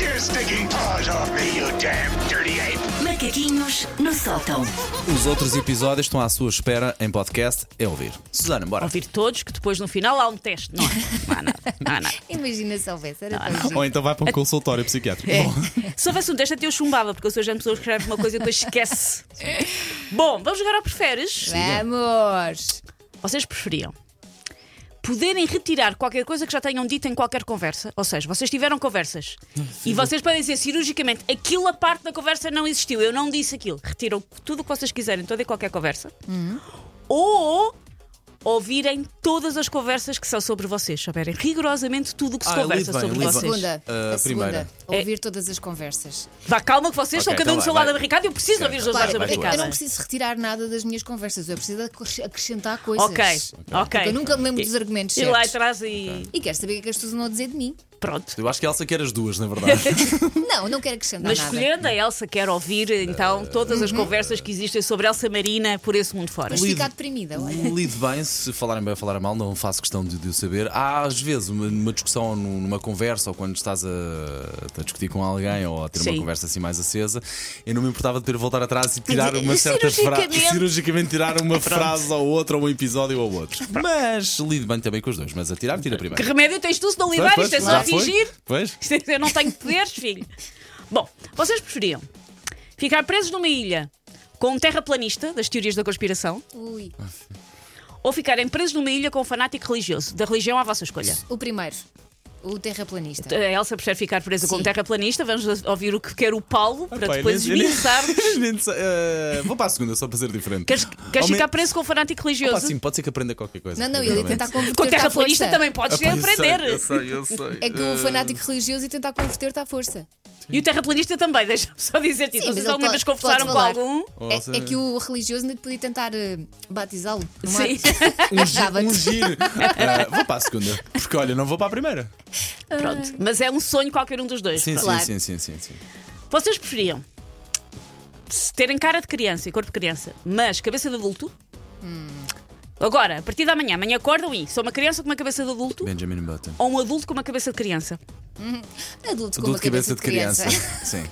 your stinking paws off me, you damn dirty ape! Macaquinhos no sótão. Os outros episódios estão à sua espera em podcast. É ouvir. Susana, bora. Ouvir todos, que depois no final há um teste. Não, é? não há nada. Não há nada. Imagina se houvesse, era tão giro. Ou então vai para um consultório psiquiátrico. Bom, Se houvesse um teste, até eu chumbava, porque eu sou a gente pessoa que escreve uma coisa e depois esquece. Bom, vamos jogar ao é, preferes. Vamos! Vocês preferiam poderem retirar qualquer coisa que já tenham dito em qualquer conversa? Ou seja, vocês tiveram conversas e vocês podem dizer cirurgicamente aquela parte da conversa não existiu, eu não disse aquilo. Retiram tudo o que vocês quiserem, toda e qualquer conversa. Ou. Ouvirem todas as conversas que são sobre vocês, saberem rigorosamente tudo o que se Ah, li conversa bem, sobre li bem. vocês. Segunda, Ah, primeira. a segunda, É- ouvir todas as conversas. Vá, calma que vocês Ok, estão cada um então do seu vai, lado vai. da barricada e eu preciso Certo. ouvir os dois Claro, lados da vai, barricada. eu não preciso retirar nada das minhas conversas, eu preciso acres- acrescentar coisas. Ok, ok. Eu nunca me lembro dos argumentos E lá então- certos. atrás e. E quero saber o que é que as pessoas andam a dizer de mim. Pronto. eu acho que Elsa quer as duas, na verdade. Não, não quero acrescentar Mas nada. escolhendo a Elsa, quer ouvir Eh, então todas as conversas que existem sobre Elsa Marina por esse mundo fora. Mas Lido. ficar deprimida, olha. Lido bem, se falarem bem ou falarem mal, não faço questão de, de o saber. Há às vezes uma, numa discussão, ou num- numa conversa, ou quando estás a, a discutir com alguém ou a ter uma Sim. conversa assim mais acesa, eu não me importava de ter de voltar atrás e tirar dizer, uma certa frase. cirurgicamente. Cirurgicamente tirar uma frase ou outra, ou um episódio ou outro. Mas lido bem também com os dois, mas a tirar, tira primeiro. Que remédio tens tu se não Pois, lidar? pois, Isto é já só foi. fingir? Pois? Isto é- Eu não tenho poderes, filho. Bom, vocês preferiam ficar presos numa ilha com um terraplanista das teorias da conspiração Ui. ou ficarem presos numa ilha com um fanático religioso? Da religião à vossa escolha. O primeiro, o terraplanista. A Elsa prefere ficar presa com um Sim. terraplanista. Vamos ouvir o que quer o Paulo para Pá, depois nem- nem- esmiuçarmos. nem sei, eh, Vou para a segunda, só para ser diferente. Queres, queres Ao men- ficar preso com um fanático Pá, religioso? sim, pode ser que aprenda qualquer coisa. Não, não, ele ia tentar converter-te com à terraplanista força. também podes Epá, eu sei, aprender. Eu sei, eu sei. É que o fanático religioso ia tentar converter-te à força. E o terraplanista também, deixa-me só dizer-te. Sim, isso. mas Vocês ele alguma pode- vez conversaram pode com falar. algum? Ou É, seja- é que o religioso ainda podia tentar eh, batizá-lo. não é? Sim. Achava-te. Um giro. Ah, vou para a segunda. Porque olha, não vou para a primeira. Ah. Pronto. Mas é um sonho qualquer um dos dois. Sim, Pronto. Claro. sim, sim, sim, sim, sim. Vocês preferiam se terem cara de criança e corpo de criança, mas cabeça de adulto? Hum. Agora, a partir da manhã, amanhã acordam e sou uma criança com uma cabeça de adulto Benjamin Button. ou um adulto com uma cabeça de criança? Adulto com Dor uma de cabeça de criança. Sim.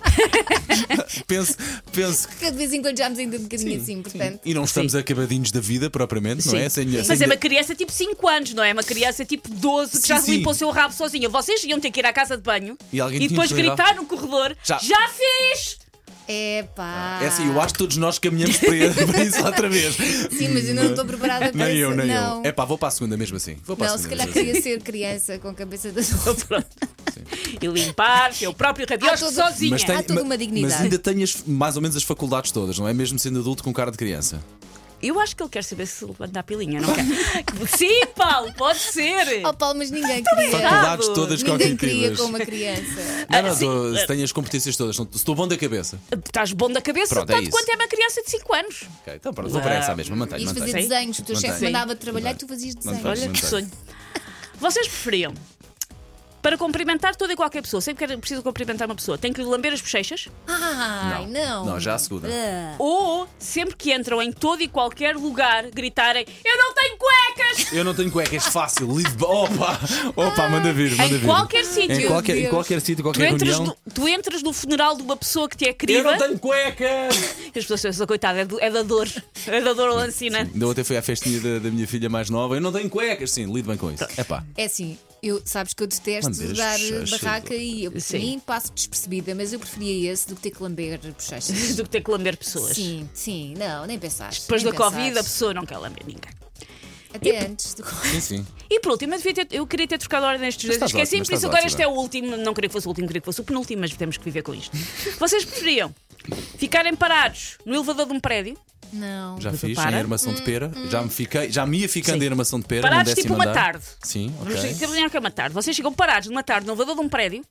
penso, penso que. Porque de vez em quando já nos ainda um bocadinho assim, portanto. E não estamos acabadinhos da vida propriamente, não é? Sim. Sem- sem- Mas é uma criança tipo 5 anos, não é? Uma criança tipo 12 que Sim, já sim. limpou o seu rabo sozinha. Vocês iam ter que ir à casa de banho E alguém tinha depois que ligar. gritar no corredor: Já. Já, fiz! É pá. É assim, eu acho que todos nós caminhamos para para isso outra vez. Sim, mas eu não estou preparada para Nem eu, isso. nem não. eu. É pá, vou para a segunda mesmo assim. Vou para Não, a se segunda. calhar mesmo assim. queria ser criança com cabeça de adulto. Pronto. E limpar, ser o próprio radióstico Ah, todo- sozinha. Mas tem- Há toda uma ma- dignidade. Mas ainda tem as- mais ou menos as faculdades todas, não é? Mesmo sendo adulto com cara de criança. Eu acho que ele quer saber se levanta a pilinha, não quer? Sim, Paulo, pode ser! Oh, Paulo, mas ninguém queria. Faculdades Então é. todas Ninguém queria cognitivas. com uma criança. Não, não, Ah, sim. tô- se tenho as competências todas, não- se estou bom da cabeça. Estás bom da cabeça, Pronto, é tanto isso. quanto é uma criança de 5 anos. Ok, então pronto, vou para essa mesmo, mantenho, Ias fazer mantenho. Sim. desenhos, o teu Mantém. chefe mandava trabalhar e tu fazias desenhos. Mantém. Olha que sei. sonho. Vocês preferiam, para cumprimentar toda e qualquer pessoa, sempre que é preciso cumprimentar uma pessoa, tem que lhe lamber as bochechas? Ai, não. Não, já a segunda. Ah. Ou, sempre que entram em todo e qualquer lugar, gritarem: Eu não tenho cuecas! Eu não tenho cuecas, fácil, livre. Opa! Opa, manda vir, manda vir. qualquer sítio. Em qualquer, em Deus. qualquer sítio, Tu qualquer entras, reunião. no, tu entras no funeral de uma pessoa que te é querida. Eu não tenho cuecas! As pessoas pensam, coitada, é, do- é da dor. É da dor lancinante. Ainda ontem fui à festinha da, da minha filha mais nova. Eu não tenho cuecas, sim, lido bem com isso. Tá. É pá. É assim, eu, sabes que eu detesto Lamber as dar bochechas. barraca e eu, por Sim. mim, passo despercebida, mas eu preferia esse do que ter que lamber bochechas. do que ter que lamber pessoas. Sim, é sim, não, nem pensar. Depois nem da Covid, a pensares. pessoa não quer lamber ninguém. Até antes do Covid. Sim, sim. E por último, eu, devia ter- eu queria ter trocado a ordem nestes Mas estás dois. Esqueci, ótima, por isso estás agora ótima. este é o último. Não queria que fosse o último, queria que fosse o penúltimo, mas temos que viver com isto. Vocês preferiam ficarem parados no elevador de um prédio, Não. Já fiz, para. em armação de pera. Já me fiquei, já me ia ficando Sim. em armação de pera. Parados no décimo tipo uma andar. tarde. Sim, Vamos ok. terminar que é uma tarde. Vocês ficam parados numa tarde no elevador de um prédio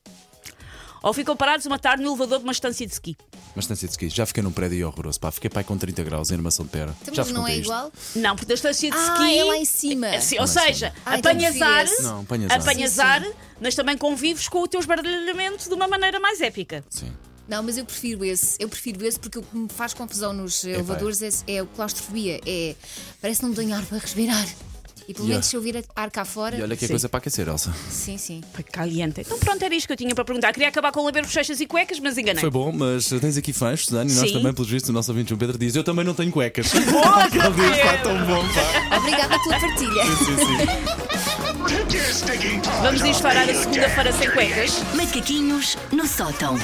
ou ficam parados uma tarde no elevador de uma estância de ski? Mas tem sido ski. Já fiquei num prédio horroroso, pá. Fiquei pá com 30 graus em armação de pera. Então, já mas vos não contei é isto. igual? Não, porque a estância de Ah, ski. é lá em cima. É, sim, ou Lá em seja, cima. Ah, então apanhas prefiro ar, esse. Não, apanhas ar. apanhas Sim, sim. ar, mas também convives com o teu esbardalhamento de uma maneira mais épica. Sim. Não, mas eu prefiro esse. Eu prefiro esse porque o que me faz confusão nos elevadores é, é a claustrofobia. É, parece que não tenho ar para respirar. E pelo E menos olha- se eu vir ar cá fora. E olha que é Sim. coisa para aquecer, Elsa. Sim, sim. Foi caliente. Então pronto, era isto que eu tinha para perguntar. Queria acabar com o laber bochechas e cuecas, mas é. enganei. Foi bom, mas tens aqui fãs, Suzane, e nós Sim. também, pelo visto, o nosso ouvinte João Pedro diz: Eu também não tenho cuecas. Boa, Ele diz: Está Pedro! tão bom, pá. Obrigada pela partilha. Sim, sim. Take your stinking paws Vamos off me, disparar a you segunda-feira damn sem dirty ape. cuecas. Macaquinhos no sótão.